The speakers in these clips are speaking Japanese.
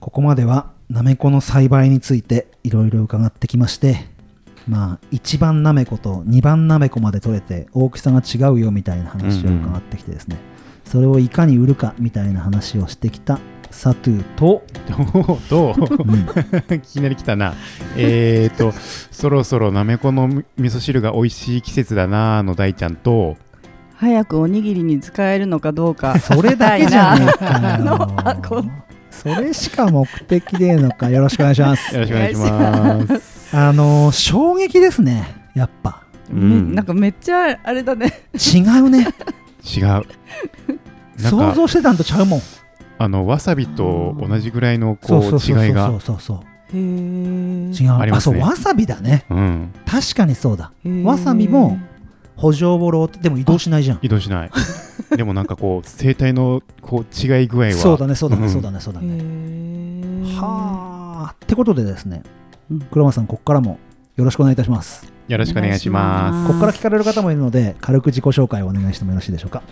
ここまではなめこの栽培についていろいろ伺ってきましてまあ1番なめこと2番なめこまで取れて大きさが違うよみたいな話を伺ってきてですね、それをいかに売るかみたいな話をしてきたサトゥと、 どうどうんう いきなり来たな。えっと、そろそろなめこの味噌汁が美味しい季節だなーの大ちゃんと、早くおにぎりに使えるのかどうかそれだけじゃねえかよあこんそれしか目的でえのかよろしくお願いします よろしくお願い します。あのー衝撃ですねやっぱうんめなんかめっちゃあれだね違うね違う。な想んか、像してたんとちゃうもんあの、わさびと同じぐらいのこそううそうそう違いそがう。そうそうへえ違うありますねそうわさびだねうん。確かにそうだわさびも補助ボロってでも移動しないじゃん移動しない。 でもなんかこう、生態のこう違い具合は。そうだねそうだうねんそうだねそうだねへはあってことでですねうん黒間さんここからもよろしくお願いいたしますよろしくお願いしまあここから聞かれる方もいるので軽く自己紹介をお願いしてもよろしいでしょうか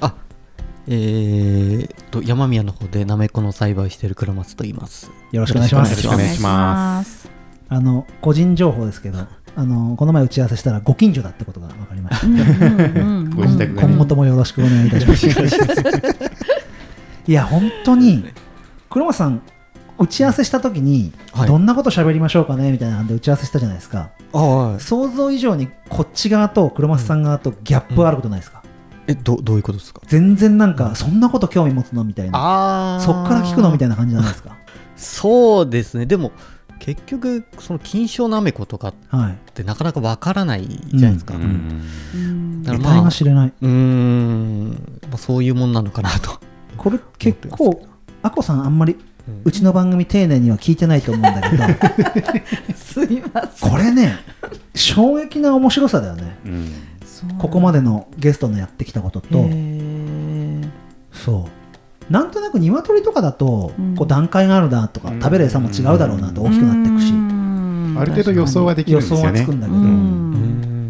えー、と山宮の方でなめこの栽培してる黒松と言いますよろしくお願いしますよろしくお願いしますあの個人情報ですけどあのこの前打ち合わせしたらご近所だってことが分かりましたうんうんうんご自宅がね今後ともよろしくお願いいたします。いや、本当に、黒間さん、打ち合わせしたときに、はいどんなこと喋りましょうかねみたいなんで打ち合わせしたじゃないですか。あはい想像以上にこっち側と黒松さん側とギャップあることないですか、えどどういうことですか全然なんか、そんなこと興味持つのみたいな。あそっから聞くのみたいいな感じじゃないですか。なそうですねでも結局その金賞なめことかっはい。てなかなかわからないじゃないですか、す。ううんんうんだか得らまあ体が知れない。んまあ、そういうもんなのかなと、これ結構、あこさんあんまり、うんうちの番組丁寧には聞いてないと思うんだけど、すいませんこれね、衝撃な面白さだよね。うんここまでのゲストのやってきたことへと、ーそう。なんとなく鶏とかだと、うんこう段階があるなとか、うん食べる餌も違うだろうなと大きくなっていくしう、んある程度予想はできるん予です想よはね。つくんだけうど、ん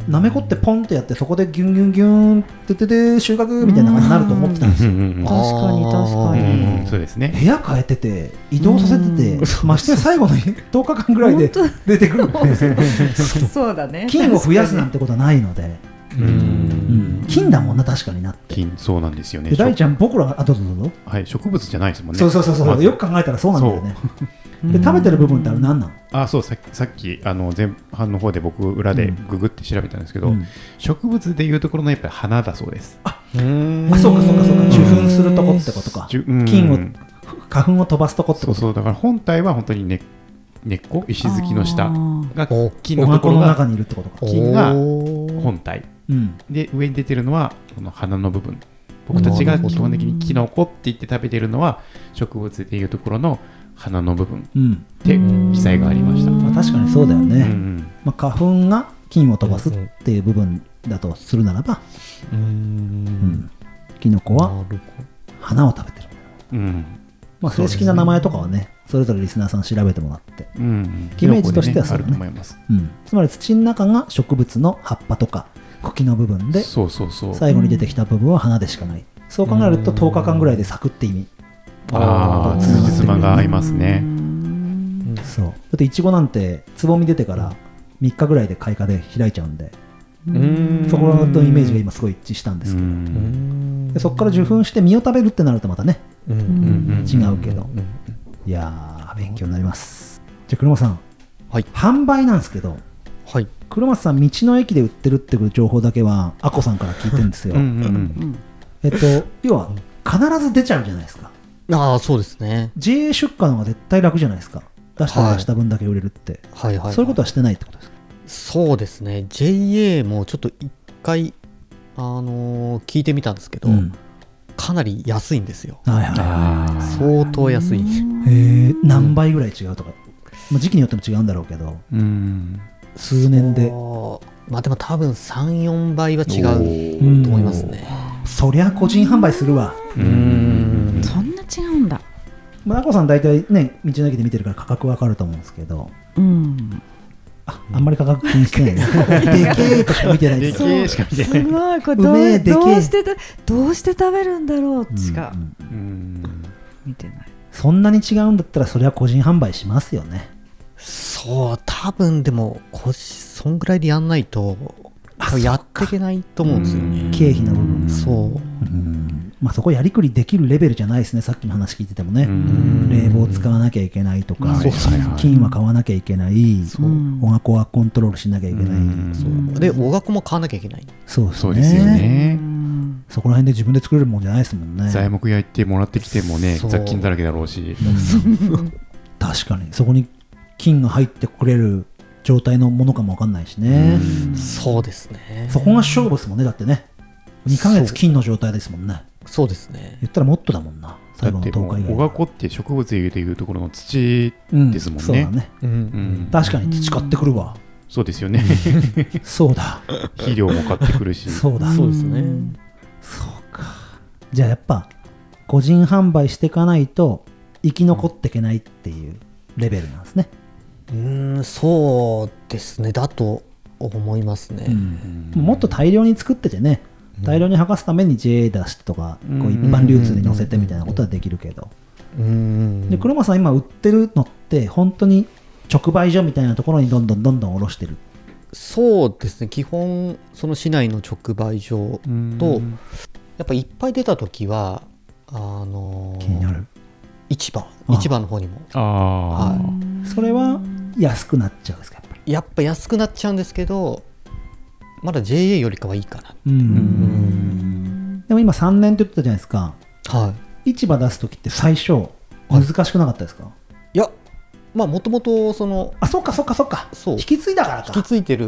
なめこってポンってやって、そこでギュンギュンギュンっててて収穫みたいな感じになると思ってたんですよ。うん確かに確かうにんうんそうですね。部屋変えてて、移動させてて、ましてや最後の10日間ぐらいで 本出てくるんですよ。そうだね菌を増やすなんてことはないので、ううんん菌だもんな、確かになって。金そうなんですよねで。大ちゃん、僕ら、あ、どうぞどうぞ。はい、植物じゃないですもんね。そうそうそうそまう、ずよく考えたらそうなんだよね。で食べてる部分ってあれ何なのあ、そう、さっき、さっき、あの、前半の方で僕裏でググって調べたんですけど、うん植物でいうところのやっぱり花だそうです。あそうかそうかそうかうん受粉するとこってことかじゅうん菌を花粉を飛ばすとこってそこうとそう、だから本体は本当に根っ根っこ、石突きのあ下ーがお金おのとなこころのが中にいるってことか金が本本体。うんで、上に出てるのはこの花の部分。僕たちが基本的にキノコって言って食べてるのは植物でいうところの花の部分うんで記載がありました。まあ確かにそうだよねうんうんまあ花粉が菌を飛ばすっていう部分だとするならばううんんキノコはなる花を食べてるうんまあ正式な名前とかはねそれぞれリスナーさん調べてもらってうんイメージとしてはそうキだねノコでねあると思います。うんつまり土の中が植物の葉っぱとか茎の部分でそうそうそう。最後に出てきた部分は花でしかないそう考えると10日間ぐらいで咲くって意味ああ、つながってる辻褄が合いますね。そうだっていちごなんてつぼみ出てから3日ぐらいで開花で開いちゃうんでうんそこらとイメージが今すごい一致したんですけど、うんでそこから受粉して実を食べるってなるとまたねうん違うけど、うんうんいやー勉強になりますじゃあ車さん、はい販売なんですけどはい車さん道の駅で売ってるっていう情報だけはあこさんから聞いてるんですよ、うんうんうんえっと要は必ず出ちゃうじゃないですかああそうですね JA 出荷の方が絶対楽じゃないですか出したら出した分だけ売れるって、はいはいそういうことはしてないってことですかそうですね JA もちょっと一回あのー聞いてみたんですけど、うんかなり安いんですよはいはい相当安いへえ何倍ぐらい違うとか、まあ、時期によっても違うんだろうけどうん数年でそうまあでも多分34倍は違ううんと思いますねそりゃ個人販売するわううんそんな違うんだまあ、あこさん大体ね道の駅で見てるから価格わかると思うんですけどうんああんまり価格気にしてない ねでけえとしか見てないでですけよえしか見てすない。ごいこうれどめえうでけえどうしてたどうして食べるんだろうしかうんうんうん見てないそんなに違うんだったらそれは個人販売しますよねそう多分でもこそんぐらいでやんないと多分やっていけないと思うんですよね経費の部分そううんまあ、そこやりくりできるレベルじゃないですねさっきの話聞いててもね、うん冷房使わなきゃいけないとか、うんそうですね金は買わなきゃいけない、そうオガコはコントロールしなきゃいけない、うんそうで小学校も買わなきゃいけないそうですねそうですようね。んそこら辺で自分で作れるもんじゃないですもんね材木屋行ってもらってきてもね、そう雑菌だらけだろうし。確かにそこに金が入ってくれる状態のものかもわかんないしね、そうですねそこが勝負ですもんねだってね2ヶそ月う金の状態ですもんねそうですね言ったらもっとだもんなだ最後っのても10日以う、小外は学校って植物でいうところの土うんですもんそうだね。ねううんん確かに土買ってくるわ、そうですよね。そうだ 肥料も買ってくるし。 そうだそうですねそうかじゃあやっぱ個人販売していかないと生き残っていけないっていうレベルなんですね、うんそうですねだと思いますね、もっと大量に作っててね大量に剥がすために JA 出してとか、うんこう一般流通に乗せてみたいなことはできるけど、うんで車さん今売ってるのって本当に直売所みたいなところにどんどんどんどん卸してるそうですね基本その市内の直売所うんとやっぱいっぱい出た時はあのー気になる市場あ市場の方にもあはそれは安くなっちゃうんですかやっぱりやっぱ安くなっちゃうんですけどまだ JA よりかはいいかなでも今3年って言ってたじゃないですかは市場出す時って最初難しくなかったですか、いいやまあもともとそのあそっかそっかそっかそう引き継いだからか引き継いでる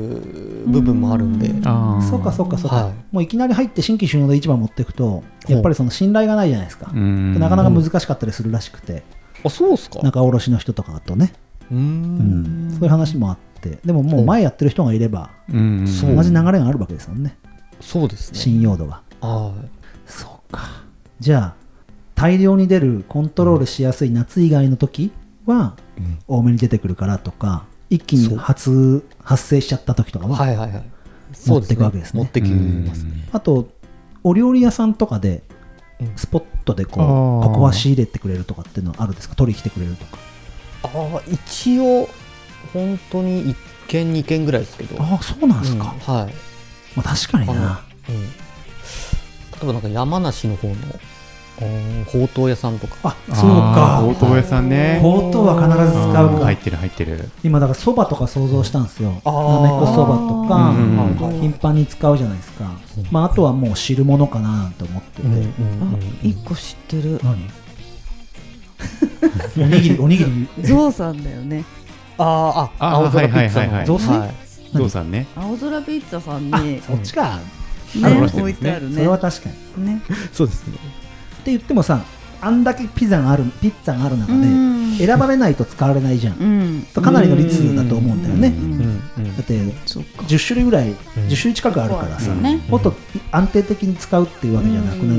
部分もあるんでうんあ。ああ。そうかそうかそうか、はいもういきなり入って新規収納で市場持っていくとやっぱりその信頼がないじゃないですか、うん。でなかなか難しかったりするらしくて、あそうっすか仲卸の人とかとね、うーうんんそういう話もあってでももう前やってる人がいればうん。そう同じ流れがあるわけですもんねそうですね信用度がはいそうかじゃあ大量に出るコントロールしやすい夏以外の時はうん多めに出てくるからとか一気に発発生しちゃった時とかは、はいはいはい持ってくわけですね持ってきますねあとお料理屋さんとかでうんスポットでこうあーここは仕入れてくれるとかっていうのはあるんですか取りに来てくれるとかああ一応本当に1軒2軒ぐらいですけどああそうなんですか、うんはいまあ、確かになあの、うん、例えばなんか山梨の方の、うん、ほうとう屋さんとかあそうかほうとう屋さんね。ほうとうは必ず使う入かってる入ってる。今だからそばとか想像したんですよなめあーこそばとかうんうんうんなんか頻繁に使うじゃないですか、まあ、あとはもう汁物かななんて思ってて、あ、一個知ってる。何 おにぎりおにぎりゾウさんだよね。あーああー青空ピッツはァいはいはいはいの雑炊はい何ゾウさんね。青空ピッツァさんあに。ね、そっちか、あの置いてあるそねれ。は確かにね。そうですねって言ってもさあんだけピザがあるピッツァがある中でん選ばれないと使われないじゃん、うん。かなりの率だと思うんだよね、うんうんうんだってそっか。 10種類ぐらい、10種類近くあるからさ、そうねもっと安定的に使うっていうわけじゃなくなう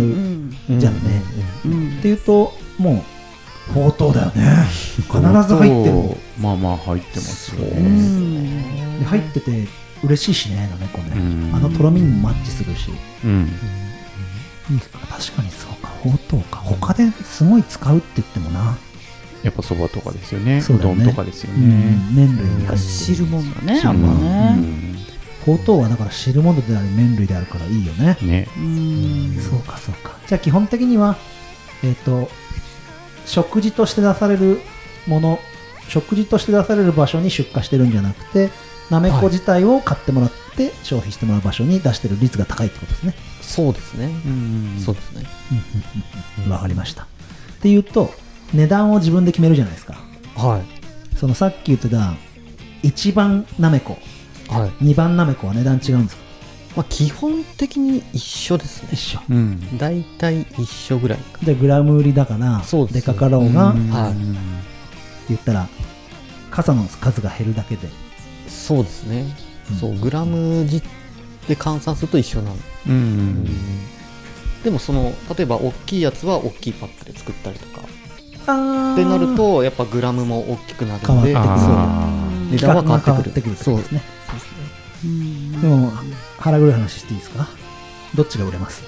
るんじゃんね、うんうんっていうともうほうとうだよね必ず入ってるまあまあ入ってますようね。ん。で入ってて嬉しいしねなめこね、うんあのとろみにもマッチするしうん。いいか確かにそうかほうとうか他ですごい使うって言ってもな、やっぱそばとかですよね。そうだよねうどんとかですようんね。麺類に限うんって汁物だうね。やっぱんね。ほうとうはだから汁物であり麺類であるからいいよね、ね。うん。そうかそうかじゃあ基本的にはえっ、と食事として出されるもの食事として出される場所に出荷してるんじゃなくてなめはいこ自体を買ってもらって消費してもらう場所に出してる率が高いってことですねそうですねそうですねわ、かりましたっていうと値段を自分で決めるじゃないですかはいそのさっき言ってた1番なめこはい2番なめこは値段違うんですかまあ基本的に一緒ですね緒うん。大体一緒ぐらいかでグラム売りだからそうですデカかろうがっうてんは言ったら傘の数が減るだけでそうですねうんそうグラムじで換算すると一緒なんうん。でもその例えば大きいやつは大きいパックで作ったりとかっってなるとやっぱグラムも大きくなるんで変わってくるそうう値企段画は変がわ変わっってくるてくるってこそとうですねうんでも腹黒い話していいですかどっちが売れます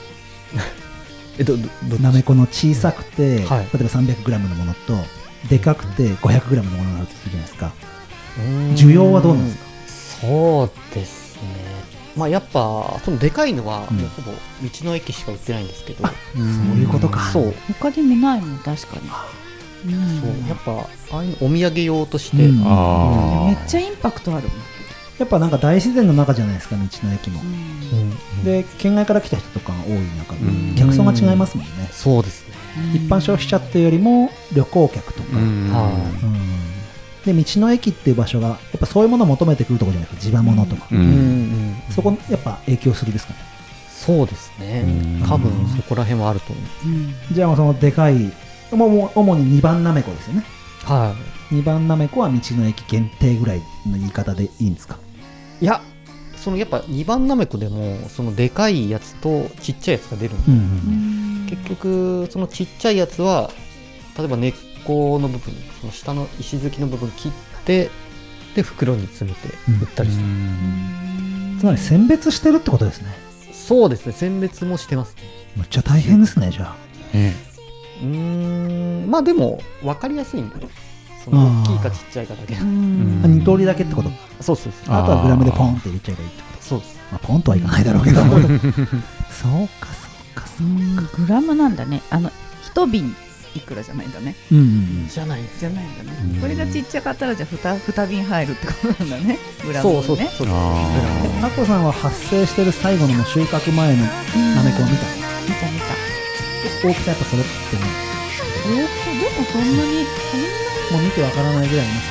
えどどどっちなめこの小さくて、はい例えば 300g のものとでかくて 500g のものがあるとするじゃないですかうーん需要はどうなんですかそうですねまあやっぱそのでかいのはうんもうほぼ道の駅しか売ってないんですけど、そういうことかそうそう他で見ないもん確かに、うんやっぱああいうのお土産用として、うんあめあっちゃインパクトあるもんやっぱなんか大自然の中じゃないですか道の駅も、うんで県外から来た人とか多い中で、うん客層が違いますもんね、そうですねうん一般消費者っていうよりも旅行客とか、うんはうんで道の駅っていう場所がやっぱそういうものを求めてくるところじゃなくて地場ものとか、ううんんそこやっぱ影響するですかねそうですねうん多分そこら辺はあると思ううんじゃあそのでかいもうもう主に2番なめこですよねは2番なめこは道の駅限定ぐらいの言い方でいいんですかいいやそのやっぱ2番なめこでもそのでかいやつとちっちゃいやつが出るんで、ん結局そのちっちゃいやつは例えば根っこの部分その下の石突きの部分切ってで袋に詰めて売ったりする、つまり選別してるってことですねそうですね選別もしてますねむっちゃ大変ですねじゃねうーんまあでも分かりやすいんだよその大きいかちっちゃいかだけうあうん2通りだけってことかそうそうそうあとはグラムでポンあって入れちゃえばいいってことそうですまあ、ポンとはいかないだろうけどそうかそうかそううんグラムなんだねあの一瓶いくらじゃないんだねうんうんじゃないですじゃないんだね、うんこれがちっちゃかったらじゃあ 2, 二瓶入るってことなんだねグラムそのうそうねそうあうんあこさんは発生してる最後のもう収穫前のなめこを見た見た見た大きさやっぱ揃ってね大きさでもそんなにこんなもう見てわからないぐらいいます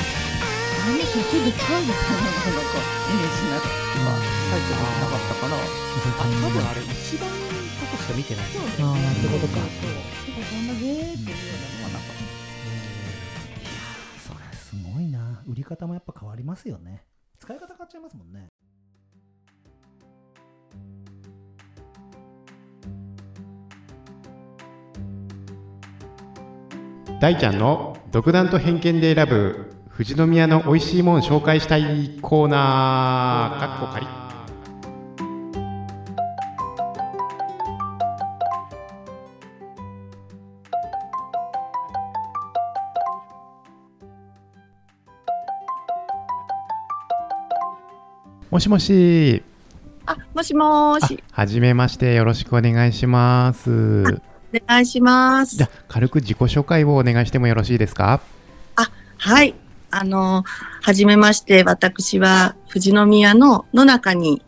あれそこでかいみたいなのなんかイメージなくま入ってなかったからそあ多分あれ一番のとこしか見てないうあんあってことかんなゲーっていうようなのはなかっそれすごいな売り方もやっぱ変わりますよね使い方変わっちゃいますもんね大ちゃんの独断と偏見で選ぶ富士宮の美味しいもん紹介したいコーナーかっこかりもしもしあ、もしもーし、はじめましてよろしくお願いしますお願いしますじ。ゃあ軽く自己紹介をお願いしてもよろしいですかはい。あの、はじめまして、私は富士宮の野中に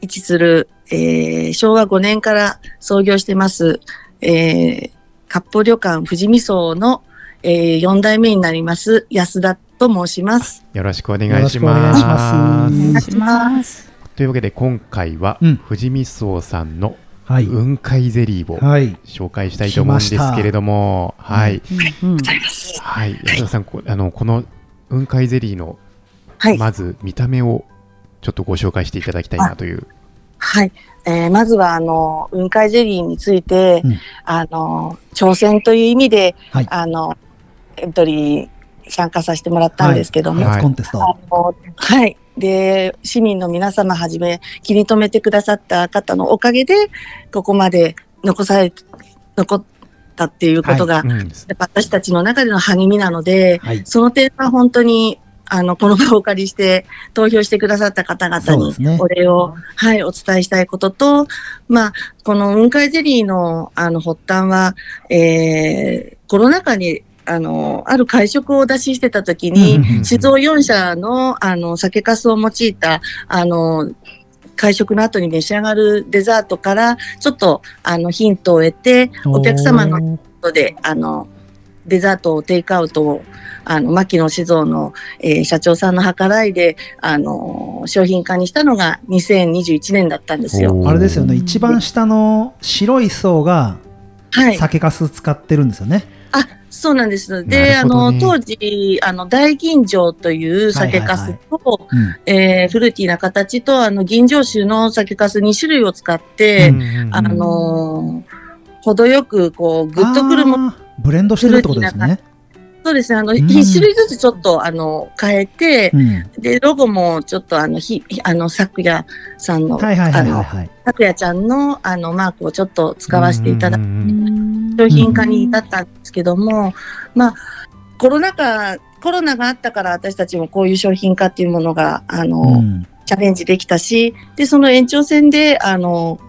位置する、えー昭和5年から創業してます、えー、割烹旅館富士見荘の、え4代目になります安田と申します。よろしくお願いしまよろすしくお願いしますたしますというわけで今回は、うん富士見荘さんのはい雲海ゼリーをはい紹介したいと思うんですけれども、はい、うんうんはい、安田さん、こあのこの雲海ゼリーの、はい。まず見た目をちょっとご紹介していただきたいなという。はい。えーまずは、あの、雲海ゼリーについて、うんあの、挑戦という意味で、はいあの、エントリー参加させてもらったんですけども、ダンスコンテスト、あのはい。で、市民の皆様はじめ、気に留めてくださった方のおかげで、ここまで残され、残ったっていうことが、うんうんやっぱ私たちの中での励みなので、はいその点は本当に、あの、この場をお借りして、投票してくださった方々そうですねに、お礼を、はい、お伝えしたいことと、まあ、この雲海ゼリーの、あの、発端は、えー、コロナ禍に、あの、ある会食をお出ししてた時に、うんうんうん酒造4社の、あの、酒粕を用いた、あの、会食の後に召し上がるデザートから、ちょっと、あの、ヒントを得て、お客様ののということで、あの、デザートをテイクアウトを、あの、牧野酒造の、えー社長さんの計らいで、あの、商品化にしたのが2021年だったんですよ。あれですよねうん一番下の白い層がはい。酒粕使ってるんですよね、あ、そうなんです。なで、あるほどの、ね当時、あの、大吟醸という酒粕と、うんえーフルーティーな形と、あの、吟醸酒の酒粕2種類を使っうて、んうんうんあのー程よく、こう、ぐっとくるものあーブレンドしてるってことですねそうですね。あの、ん一種類ずつちょっと、あの、変えて、うんで、ロゴもちょっと、あの、ひ、ひあの、さくやさんの、はいはいはいはいあのはい。さくやちゃんの、あの、マークをちょっと使わせていただうくん商品化に至ったんですけども、まあ、コロナ禍、コロナがあったから私たちもこういう商品化っていうものが、あの、うんチャレンジできたし、で、その延長戦で、あの、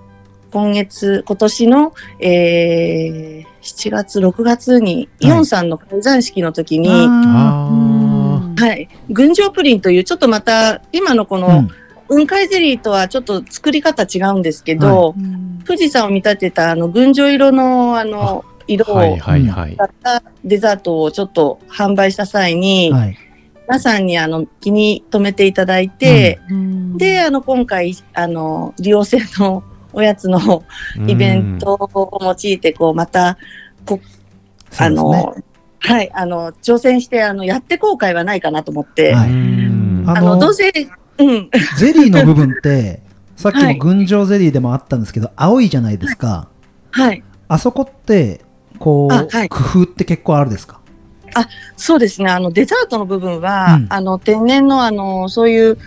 今月、今年の、えー7月、6月に、はいイオンさんの開山式の時に、はああい、群青プリンという、ちょっとまた、今のこーうのん、雲海ゼリーとはちょっと作り方違うんですけど、富士山を見立てた、あの、群青色の、あの、色ーはいをはいはい使。ったデザートをちょっと販売した際に、はい。皆さんに、あの、気に留めていただいて、で、あの、今回、あの、利用性の おやつのイベントを用いて、こう、また、そうであすねの、はい、あの、挑戦して、あの、やって後悔はないかなと思って、はういん。ああの、のどうせ、うん、ゼリーの部分って、さっきはのい群青ゼリーでもあったんですけど、青いじゃないですか。はい、あそこって、こあう、はい工夫って結構あるですかそうですね、あの、デザートの部分は、うんあの、天然の、あの、そういう、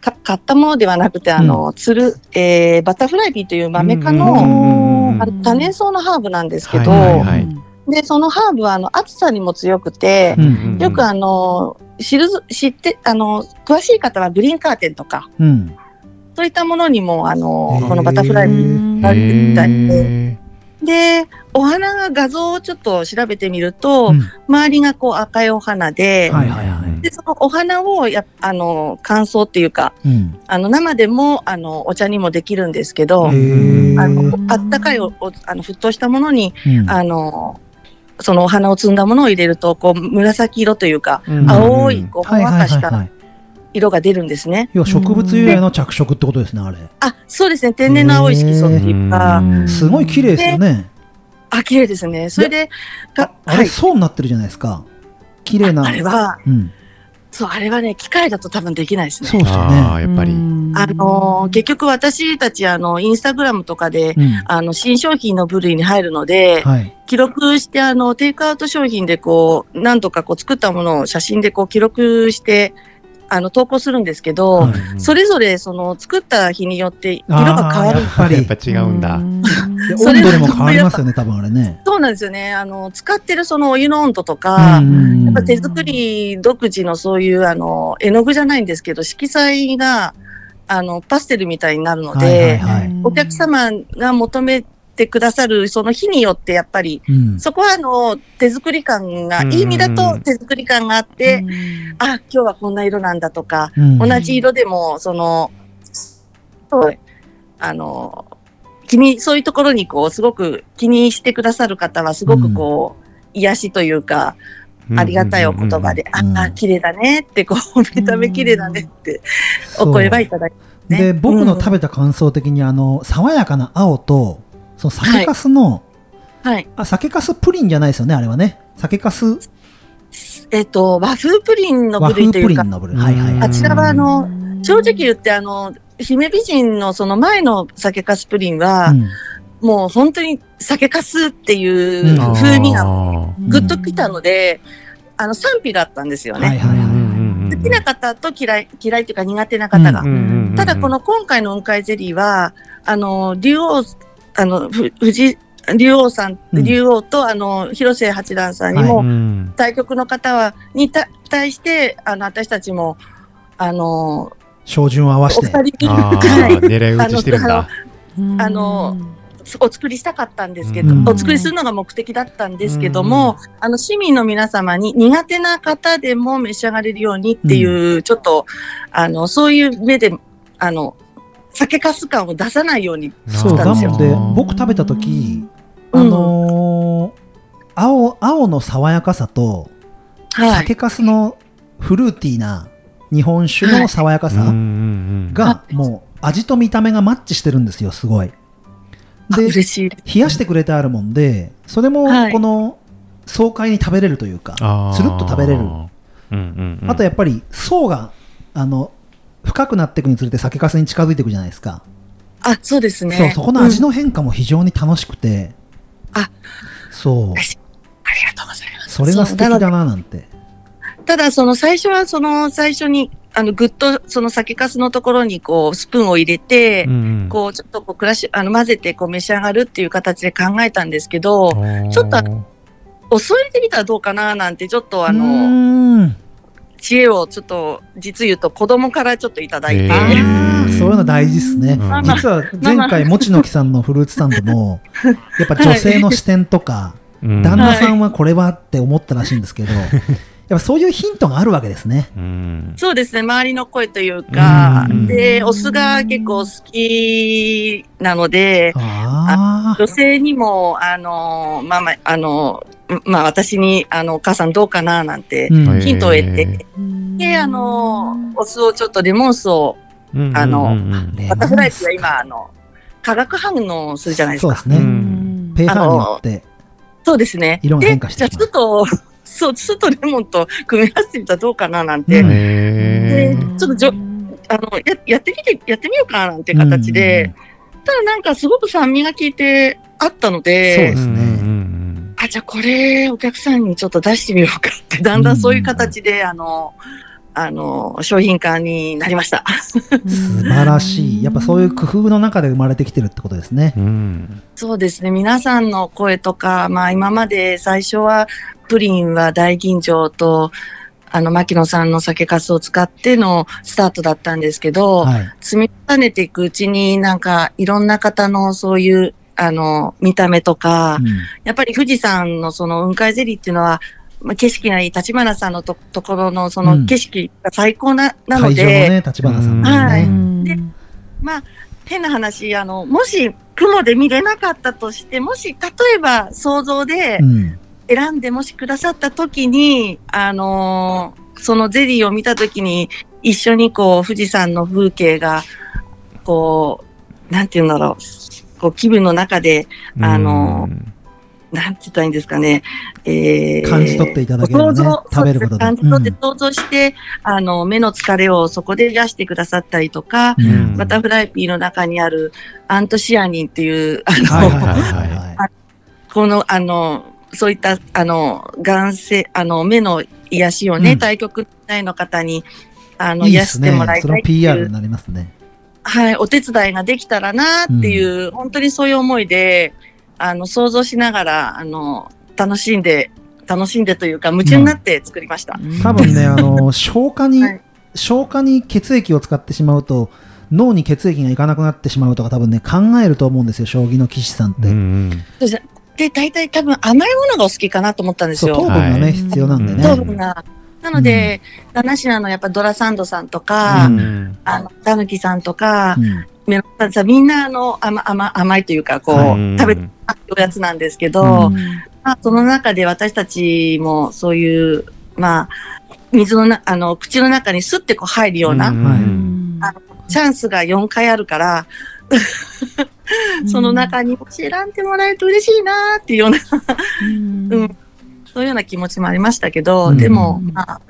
か買ったものではなくて、あの、つる、えーバタフライピーというマメ科うんうんの、うんうんあの多年草のハーブなんですけど、はいはいはいで、そのハーブは、あの、暑さにも強くて、うんよくあの知る知ってあの詳しい方はグリーンカーテンとかうん。そういったものにもあのへーこのバタフライになってみたいででお花が画像をちょっと調べてみると、うん周りがこう赤いお花で,、はいはいはいでそのお花をやあの乾燥っていうかうん。あの生でもあのお茶にもできるんですけど、へーあのあったかいおおあの沸騰したものにうんあのそのお花を摘んだものを入れるとこう紫色というか Mm-hmm. うん青いこうほはんいわはいかはしいはたい。色が出るんですね。要は植物由来の着色ってことですね、あれ。あ、そうですね。天然の青い色素っていうか、うんすごい綺麗ですよね。あ、綺麗ですね。それで、かあはれ、い。層になってるじゃないですか。綺麗な。あれは、うん。そう、あれはね、機械だと多分できないですね。そうですよああ、ね。やっぱり。あのー結局私たち、あの、インスタグラムとかで、うん。あの、新商品の部類に入るので、はい。記録して、あの、テイクアウト商品でこう、何とかこう作ったものを写真でこう記録して、あの、投稿するんですけど、はいそれぞれその作った日によって色が変わあーるやっぱやっりぱ。違うんだ。でそれ温度でも変わりますよね、多分あれね。そうなんですよね。あの、使ってるそのお湯の温度とか、うんやっぱ手作り独自のそういうあの絵の具じゃないんですけど色彩があのパステルみたいになるのはいで、はいはい。お客様が求めてくださるその日によってやっぱりうん。そこはあの手作り感が、うんいい意味だと手作り感があって、あ今日はこんな色なんだとか、うん同じ色でもそのそうあの気にそういうところにこうすごく気にしてくださる方はすごくこう、癒しというか、ありがたいお言葉で、うんああ、綺麗だねって、こう、見た目綺麗だねって、そうお声はいただきねで、僕のうん食べた感想的に、あの、爽やかな青と、その酒粕の、はい。あ、酒粕プリンじゃないですよね、あれはね。酒粕えっ、と、和風プリンの和部風類とプいリうかン、の部類。はいはいはあい。ちらはあの、正直言って、あの、姫美人のその前の酒粕プリンは、うんもう本当に酒粕っていううん風味ががぐっときたので、あの、賛否だったんですよね。はいはいはい。好きな方と嫌い、嫌いというか苦手な方が。うんただこの今回の雲海ゼリーは、あの、竜王、あの、ふ藤井竜王さん、うん竜王と、あの、広瀬八段さんに子も、うん対局の方は、にた対して、あの、私たちも、あの、照準を合わせおて。二人あに、あはい、狙い撃ちしてるんだ。あのお作りしたかったんですけど、うんお作りするのが目的だったんですけども、あの、市民の皆様に苦手な方でも召し上がれるようにっていう、ちょっと、あの、そういう目で、あの、酒かす感を出さないようにそう、ななんですよので、僕食べた時あうんのー青、青の爽やかさと、はい。酒粕のフルーティーな日本酒の爽やかさ、が、がもう味と見た目がマッチしてるんですよすごいあで嬉しい。冷やしてくれてあるもんでそれもはいこの爽快に食べれるというか、つるっと食べれるあとややっぱり層があの深くなっていくにつれて酒粕に近づいていくじゃないですか、あ、そうですね。そうそこの味の変化も非常に楽しくて、あそう確りがとうございます。それが素敵だななんて。ただその最初はその最初にあのぐっとその酒粕のところにこうスプーンを入れて、うんうんこうちょっとこうクラシあの混ぜてこう召し上がるっていう形で考えたんですけど、ちょっとあお酢を入れてみたらどうかななんてちょっとあうのーん知恵をちょっと実言うと子供からちょっといただいて、へあーーそういうの大事ですね。うんまあ実は前回、もちのきさんのフルーツサンドも、 やっぱ女性の視点とか、うん旦那さんはこれはって思ったらしいんですけど、やっぱそういうヒントがあるわけですね。うんそうですね周りの声というか、うんでお酢が結構好きなので ああ。女性にもあのまあまああのまあ私にあのお母さんどうかななんてうんはいヒントを得て、へーであのお酢をちょっとレモン酢をあのうんうんうんレモンバタフライって今あの化学反応するじゃないですそうかでそうすね。うんペーハーによって。ですね色が変化してでしじゃまあ酢うと そう酢とレモンと組み合わせてみたらどうかななんて、うんへでーちょっとじょあのややってみてやってみようかななんて形で、ただなんかすごく酸味が効いてあったのそうでですねうんうんあじゃあこれお客さんにちょっと出してみようかってだんだんそういう形で、あのあの商品化になりました。素晴らしい。やっぱそういう工夫の中で生まれてきてるってことですね。うんうん そうですね皆さんの声とか、まあ、今まで最初はプリンは大吟醸とあの牧野さんの酒粕を使ってのスタートだったんですけど、はい。積み重ねていくうちになんかいろんな方のそういうあの見た目とか、うやっぱり富士山のその雲海ゼリーっていうのは、まあ、景色がいい立花さんのとところのそうんの景色が最高な,、なんの会場ので、ね、立花さんですはねい。で変な話あのもし雲で見れなかったとしてもし例えば想像でうん選んでもしくださった時に、あのーそのゼリーを見た時に一緒にこう富士山の風景がこうなんて言うんだろうこう気分の中でうんあのなんて言ったらいいんですかね、えー感じ取っていただければね想像食べることでそうですね感じ取うっんて想像して、あの目の疲れをそこで癒してくださったりとか、うんバタフライピーの中にあるアントシアニンっていう あはの、いはいはいはいはこのあのそういったあの眼性あの目の癒しをね、うん対局内の方にあのい。いいで癒しすてねもら。いそたのいっていう PR になりますね。はい、お手伝いができたらなっていう、本当にそういう思いで、あの、想像しながら、あの、楽しんで、楽しんでというか、夢中になって作りました。多分ね、あの、消化にはい、消化に血液を使ってしまうと、脳に血液がいかなくなってしまうとか多分ね、考えると思うんですよ、将棋の棋士さんっうんうて。んで、大体多分甘いものがお好きかなと思ったんですそう、糖よ。分がはね、い必要なんでう糖ね。分が。なので、七品のやっぱドラサンドさんとか、うんあの、たぬきさんとかう、んメロンさんさんみんなあの、甘、甘、甘いというか、こう、うん食べておやつなんですけど、うんまあ、その中で私たちもそういう、まあ、水のな、あの、口の中にスッてこう入るような、んはいんチャンスが4回あるから、その中にもし選んでもらえると嬉しいなっていうような、うん、そういうような気持ちもありましたけど、うんでも、まあ、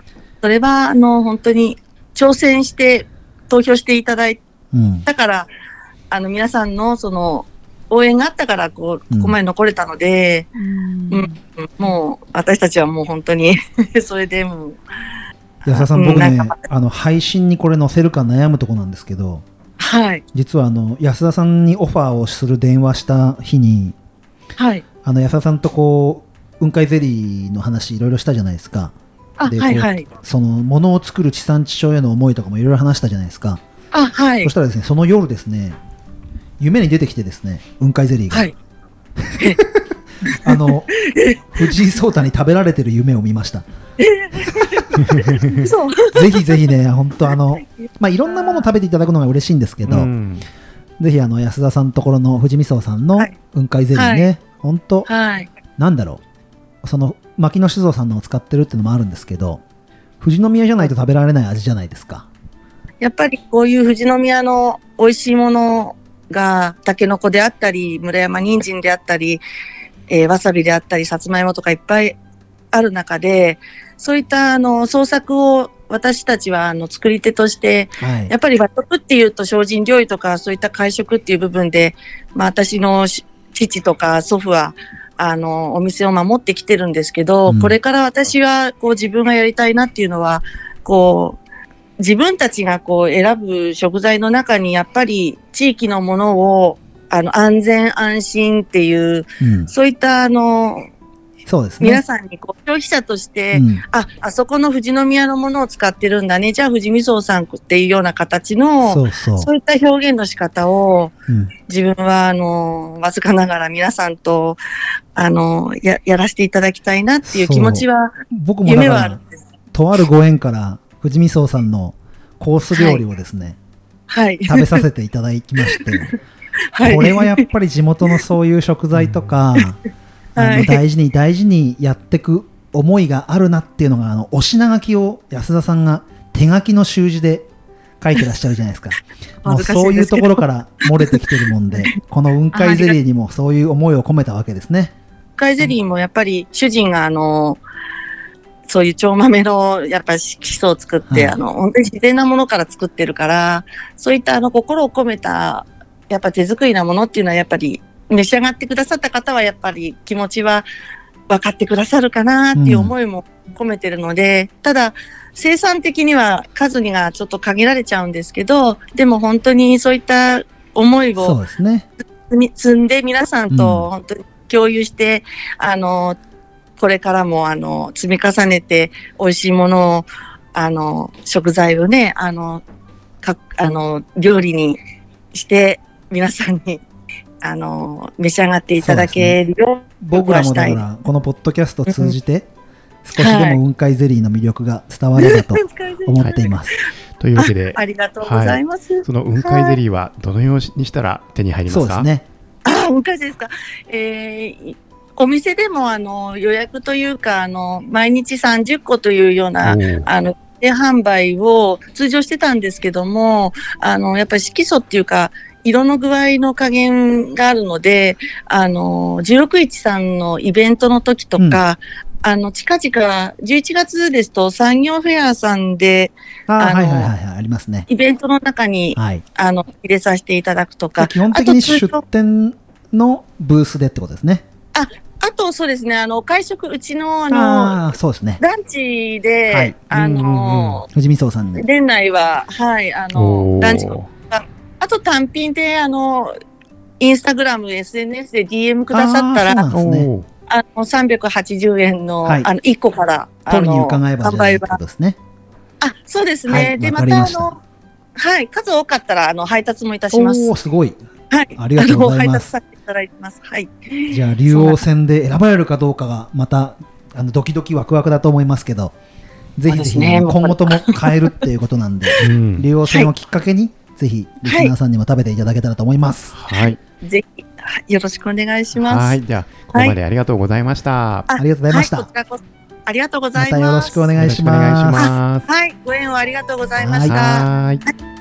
それは、あの、本当に挑戦して投票していただいうん。たから、あの、皆さんのその、応援があったから、こう、ここまで残れたので、もう私たちはもう本当に それでもう安田さん、僕うんねなんか、あの、配信にこれ載せるか悩むとこなんですけど、はい実はあの、安田さんにオファーをする電話した日に、はいあの、安田さんとこう、雲海ゼリーの話いろいろしたじゃないですか。あではいはいその、ものを作る地産地消への思いとかもいろいろ話したじゃないですか。あはいそしたらですね、その夜ですね、夢に出てきてですね、雲海ゼリーが。はい あ の、藤井聡太に食べられてる夢を見ました。そうぜひぜひね、本当あの、まあ、いろんなもの食べていただくのが嬉しいんですけど、うんぜひあの、安田さんところの藤味噌さんのはい雲海ゼリーね、本当はいなんだろう、その、牧野酒造さんのを使ってるってのもあるんですけど、富士宮じゃないと食べられない味じゃないですか。やっぱりこういう富士宮の美味しいものがたけのこであったり村山人参であったり、えーわさびであったりさつまいもとかいっぱいある中でそういったあの創作を私たちはあの作り手としてはいや。っぱり和食っていうと精進料理とかそういった会食っていう部分で、まあ私のし父とか祖父は、あのお店を守ってきてるんですけど、うんこれから私はこう自分がやりたいなっていうのはこう自分たちがこう選ぶ食材の中にやっぱり地域のものをあの安全安心っていううん、そういったあのそうですね。皆さんにこう消費者として、うんああそこの富士宮のものを使ってるんだねじゃあ富士みそさんっていうような形のそうそう。そういった表現の仕方をうん自分はあのわずかながら皆さんとあのややらせていただきたいなっていう気持ちは僕もだか夢はあるらん、です。とあるご縁から、藤見荘さんのコース料理をですね、はい。食べさせていただきまして、 はい、これはやっぱり地元のそういう食材と か、あはのい大事に大事にやってく思いがあるなっていうのが、あの、お品書きを安田さんが手書きの習字で書いてらっしゃるじゃ ないですか。も恥うずかしいですけどそういうところから漏れてきてるもんで、この雲 海ゼリーにもそういう思いを込めたわけですね。カイゼリーもやっぱり主人があのそういう蝶豆のやっぱり基礎を作って、はいあの本当に自然なものから作ってるからそういったあの心を込めたやっぱ手作りなものっていうのはやっぱり召し上がってくださった方はやっぱり気持ちは分かってくださるかなっていう思いも込めてるので、ただ生産的には数にがちょっと限られちゃうんですけどでも本当にそういった思いをそうですね。積み積んで皆さんうんと本当に共有して、あのこれからもあの積み重ねて美味しいものをあの食材をねあのかあの料理にして皆さんにあの召し上がっていただけるよう僕らもだか僕はらこのポッドキャストを通じて少しでも雲海ゼリーの魅力が伝われば と思っています。というわけで、ありがとうございます。その雲海ゼリーはどのようにしたら手に入りまそすうでかすね。あ昔ですか、えーお店でもあの予約というかあの毎日30個というようなおあの、で販売を通常してたんですけども、あの、やっぱり色素っていうか、色の具合の加減があるので、あの、161さんのイベントの時とか、あの、近々、11月ですと産業フェアさんであああのはいはいはいはい、ありますね。イベントの中に、はい。あの、入れさせていただくとか、基本的に出店のブースでってことですね。あとそうですね、あの、会食、うちの、あの、ああー、そうですね。ランチで、はいあうんの、藤見荘さんで。年内は、はい、あのお、ランチーあと単品で、あの、インスタグラム、SNS で DM くださったあーら、そうなんですね。おーあの、380円の、はいあの、1個から、あ取りにの、伺えばじ販ゃないっ売てこは。とですね。あ、そうですね。はい、で、わまかりた、まあした。の、はい、数多かったら、あの、配達もいたしおますおー。すごい。はい。ありがとうございあの、配ま達すさせていただいてます。はい。じゃあ、竜王戦で選ばれるかどうかが、また、あの、ドキドキワクワクだと思いますけど、ぜひぜそひ、うですね今後とも変えるっていうことなん で、うん竜王戦をきっかけに、ぜひ、リスナーさんにも食べていただけたらと思います。はい。ぜひ、はいよろしくお願いします。はい。じゃあ、ここまでありがとうございました。あありがとうございましたはい、こちらこそありがとうござまいたます。よろしくおお願いします。願いします。はい、ご縁をありがとうございまはした。はーい。